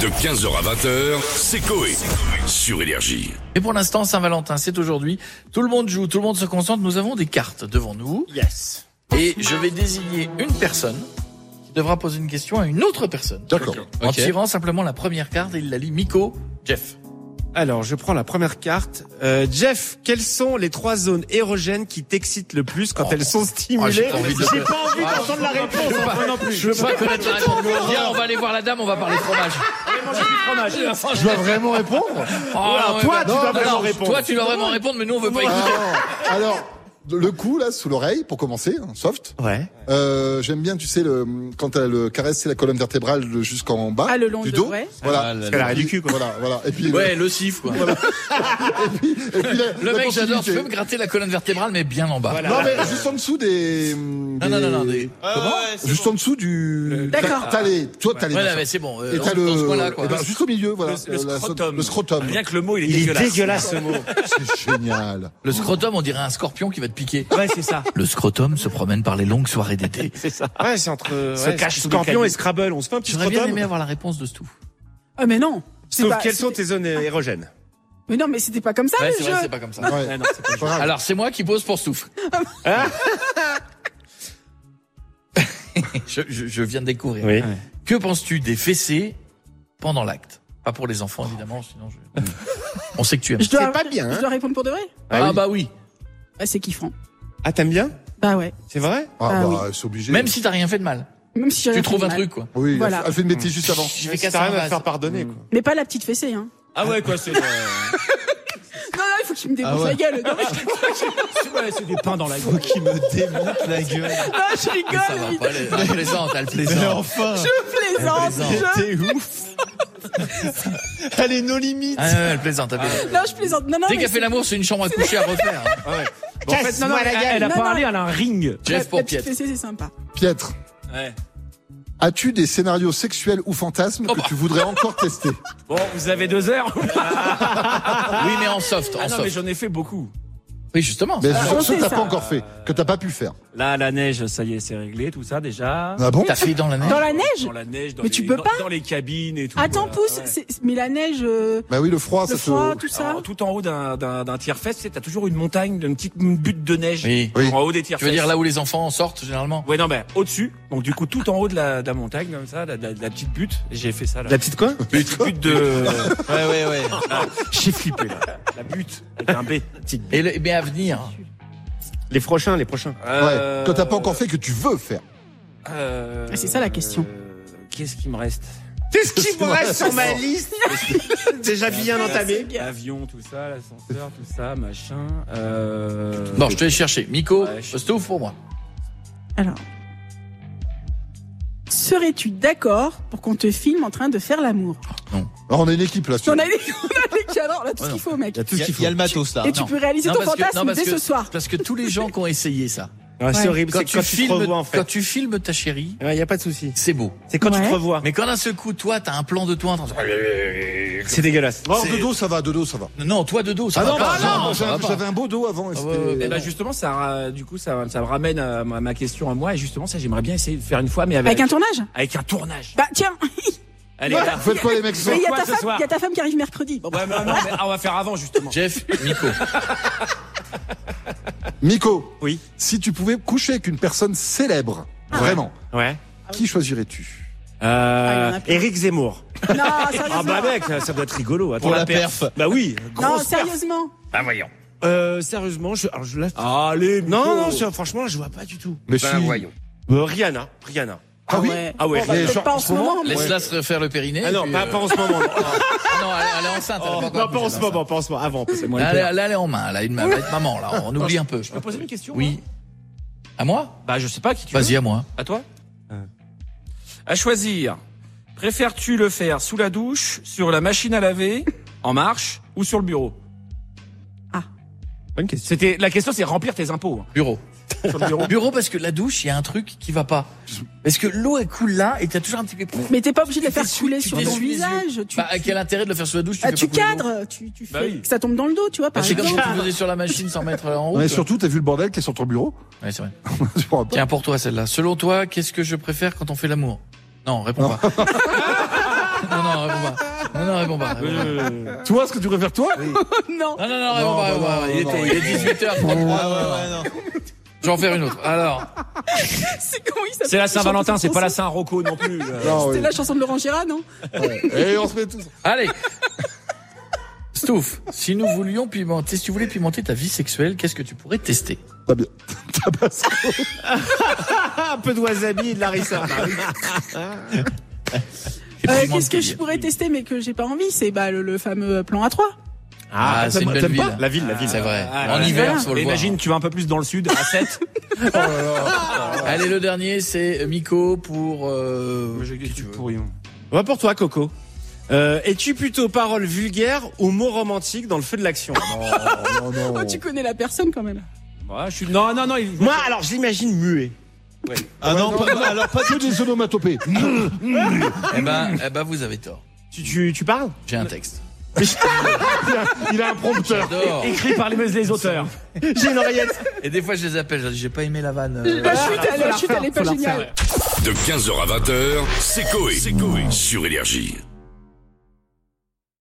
De 15h à 20h, c'est Coé. Sur Énergie. Et pour l'instant, Saint-Valentin, c'est aujourd'hui. Tout le monde joue, tout le monde se concentre. Nous avons des cartes devant nous. Yes. Et je vais désigner une personne qui devra poser une question à une autre personne. D'accord. En tirant simplement la première carte, et il la lit Miko, Jeff. Alors, je prends la première carte. Euh, Jeff, quelles sont les trois zones érogènes qui t'excitent le plus quand Oh. elles sont Ah, stimulées j'ai pas envie de le J'ai faire. pas envie Ah, d'entendre la réponse. veux pas- moi non plus. Je veux pas connaître la réponse. Viens, on va aller voir la dame, on va parler fromage. Je dois vraiment répondre Oh, Oula, non, toi, mais tu non, dois non, vraiment non, répondre. Toi, tu dois vraiment répondre, mais nous, on veut pas Ah, écouter. non. Alors, le coup, là, sous l'oreille, pour commencer, hein, soft. Ouais. Euh, J'aime bien, tu sais, le, quand elle le caresse, c'est la colonne vertébrale de- jusqu'en bas. Ah, le long du de- dos. ouais. Voilà. Parce qu'elle a du cul, quoi. Voilà, voilà. Et puis, Ouais, le sif, quoi. et puis la- Le la mec, j'adore, tu continuité. peux me gratter la colonne vertébrale, mais bien en bas. Voilà. Non, mais juste en dessous des. Non, Non, non, non, non, des- Juste en dessous du. D'accord. T'as les. Toi, t'as les. Voilà, machins. mais c'est bon. euh, Et dans- t'as dans ce coin-là, le. quoi. eh ben, juste au milieu, voilà. Le- le La- la- scrotum. Le scrotum. Rien que le mot, il est Il est dégueulasse. dégueulasse ce mot. C'est génial. Le scrotum, on dirait un scorpion qui va te piquer. Ouais, c'est ça. Le scrotum se promène par les longues soirées d'été. Ouais, c'est entre euh, Se ouais, cache sous les Scorpion cailloux. et Scrabble. On se fait un petit J'aurais bien aimé scrotum. avoir la réponse de Stu. Ah, mais non. C'est Sauf pas- quelles sont c'était- tes zones euh, érogènes Mais non, mais c'était pas comme ça Ouais, le c'est jeu. vrai, c'est pas comme ça. Ouais. Ouais, non, c'est pas- C'est pas grave. Alors, c'est moi qui pose pour Stouff. je, je- je viens de découvrir. Oui. Que penses-tu des fessées pendant l'acte Pas pour les enfants, évidemment, sinon je... On sait que tu aimes. Je dois, C'est pas bien, je hein. dois répondre pour de vrai Ah bah oui. Ah, C'est kiffant. Ah, t'aimes bien Bah ouais. C'est vrai Ah, Ah bah, c'est obligé. Même si t'as rien fait de mal. Même si j'ai Tu rien trouves fait un de mal. truc, quoi. Oui, elle Voilà. fait- elle fait une bêtise juste avant. Je vais Si casser T'as un rien à vase. faire pardonner, quoi. Mais pas la petite fessée, hein. Ah ouais, quoi, c'est. Non, non, il faut qu'il me dégonfle la gueule. Non, mais je, c'est des pains dans la gueule. qui me démonte la gueule. non, je Mais Ça va rigole, pas, elle- elle plaisante, elle plaisante. enfin je plaisante. je- ouf Elle est no limite Ah, ouais, elle plaisante, elle plaisante. Non, je plaisante. Non, non, Dès mais qu'elle fait l'amour, c'est une chambre à coucher à refaire. hein. Casse-moi la gueule. elle a pas parlé, elle a un ring. la, Jeff pour la petite Piet. fessée, c'est sympa. Piètre. Ouais. As-tu des scénarios sexuels ou fantasmes que tu voudrais encore tester Bon, vous avez deux heures Oui, mais en soft, en Ah non, soft. mais j'en ai fait beaucoup. Oui, justement. Mais ça. sur ce on que sait t'as ça. pas encore fait, que t'as pas pu faire. Là, la neige, ça y est, c'est réglé, tout ça déjà. Ah bon T'as fait dans la neige Dans la neige Dans la neige, dans, Mais les, tu peux dans, pas dans les cabines et tout. Attends, voilà. pousse. Ouais. c'est- Mais la neige, euh, Bah oui, le froid, le ça se... froid, tout ça. Alors, tout en haut d'un d'un d'un tiers-fest, tu sais, t'as toujours une montagne, une petite butte de neige Oui. Oui. en haut des tiers Tu veux dire là où les enfants sortent généralement Ouais, non, mais au-dessus. Donc, du coup, tout en haut de la, de la montagne, comme ça, la, la- la petite butte. J'ai fait ça, là. La petite quoi petite butte de. Ouais, ouais, ouais. J'ai flippé, là. La butte. Avec un B. Petite butte. Et le, mais à venir. Les prochains, les prochains. Ouais, que t'as pas encore fait, que tu veux faire. Euh, Ah, c'est ça, la question. euh, Qu'est-ce qui me reste Qu'est-ce qui me reste sur ma Bon. liste Déjà bien entamé. Avion, tout ça, l'ascenseur, tout ça, machin. Euh... Non, je te vais chercher. Miko, Ouais, je- Stouff pour moi. Alors. Serais-tu d'accord pour qu'on te filme en train de faire l'amour Alors, on est une équipe là. On a les, on a les calors, là, tout ce qu'il faut, mec. Il y a tout ce qu'il faut. le matos là. Et tu non. peux réaliser Non, ton parce que- non, fantasme parce dès que- ce soir. Parce que tous les gens qui ont essayé ça, Ouais, Ouais. C'est horrible, quand c'est tu quand tu te filmes, revois en quand fait. tu filmes ta chérie, Il n'y a pas de souci. c'est beau. C'est quand tu Ouais. te revois. Mais quand d'un seul coup, toi, t'as un plan de toi en train de- C'est dégueulasse. Mort C'est- de dos, ça va, de dos, ça va. Non, toi de dos, ça va pas. j'avais- non, ça va j'avais- pas. j'avais un beau dos avant. Et Ah c'était- ouais, ouais, ouais. Eh ben justement, ça, ra- du coup, ça, ça me ramène à ma, ma question à moi. Et justement, ça, j'aimerais bien essayer de faire une fois, mais avec, Avec un tournage avec un tournage. Bah tiens, Allez, Ouais, là. Faites quoi les mecs mais il y, a quoi ta ce femme- soir il y a ta femme qui arrive mercredi. Bon, bah, Ouais, mais non, mais- ah, on va faire avant justement. Jeff, Miko. Miko, Oui. si tu pouvais coucher avec une personne célèbre, vraiment, Ouais. qui choisirais-tu Ah, il y en a Euh, plein. Eric Zemmour. Non, sérieusement. Ah bah mec, ça, ça doit être rigolo. Attends. Pour la perf. Bah oui. non, Grosse perf. sérieusement. Euh, sérieusement, je, alors je la... Allez, Non, non, je- franchement, je vois pas du tout. Mais si- Euh, Rihanna, Rihanna. Ah oui ouais. Ah ouais, Bon, bah, Rihanna. genre, Peut-être pas en en ce ce moment. mais- Laisse-la se refaire le périnée. Ah et non, puis, pas, euh, pas en ce moment. non. ah non, elle, elle est enceinte. Elle Non, est pas en encore ce moment, pas en ce moment. Avant, parce que moi, Là, le elle, elle est en main. Là, une main. Elle va être maman. Là, on oublie un peu. Je peux poser une question Oui. À moi moi Bah, je sais pas qui tu Vas-y, à moi. veux. À toi À choisir. Préfères-tu le faire sous la douche, sur la machine à laver, en marche ou sur le bureau Bonne question. C'était la question, c'est remplir tes impôts. Bureau. Bureau parce que la douche, il y a un truc qui va pas. Parce que l'eau elle coule là et t'as toujours un petit peu. Mais t'es pas obligé de la Tu faire t'essuies- couler tu sur ton t'essuies les visage. Tu, Bah, à quel intérêt de le faire sous la douche Ah, fais tu pas couler l'eau cadres, tu, tu fais Bah oui. que ça tombe dans le dos, tu vois, Bah, par C'est comme si exemple. tu faisais sur la machine sans mettre euh, en route. Mais surtout, t'as vu le bordel qui est sur ton bureau Ouais, c'est vrai. Tu pourras pas- Tiens, pour toi, celle-là. Selon toi, qu'est-ce que je préfère quand on fait l'amour Non, réponds pas. non, non, non, réponds pas. Non, non, réponds pas. réponds pas. Euh, Tu vois ce que tu préfères toi Non, Non. non, non, réponds pas, réponds pas. Il non, était, il est 18h33. Je vais en faire une autre. Alors, C'est comment il s'appelle C'est la ce chanteur Saint-Valentin, c'est pas la français Saint-Rocco non plus. euh. Non, C'était ah, oui. la chanson de Laurent Gérard, non Ouais. Et on se met tous. allez. Stouff, si nous voulions pimenter, si tu voulais pimenter ta vie sexuelle, qu'est-ce que tu pourrais tester Très bien. Tabasco. Un peu de wasabi et de larissa. Euh, Qu'est-ce que je pourrais tester mais que j'ai pas envie C'est bah, le, le fameux plan A3. Ah, c'est t'aimes- une belle t'aimes ville. pas Bah La ville, la ville. C'est vrai. Ah, en ouais. hiver, Voilà. sur le voir. Imagine, tu vas un peu plus dans le sud, à 7. Allez, le dernier, c'est Miko pour. Euh, qui tu veux. Va pour toi, Coco. Euh, Es-tu plutôt parole vulgaire ou mot romantique dans le feu de l'action Non, non, Oh, non. tu connais la personne quand même. Ouais, je suis... Non, non, non. il- Moi, alors, je l'imagine muet. Ah non, pas- alors pas Que des onomatopées. Eh ben, eh ben, vous avez tort. Tu, tu, tu parles J'ai un texte. Il a un prompteur. J'adore. Écrit par les, les auteurs. J'ai une oreillette. Et des fois, je les appelle. je leur dis, J'ai pas aimé la vanne. euh. La chute, elle, la chute, elle est pas géniale. De 15h à 20h, c'est Coé. Sur Énergie.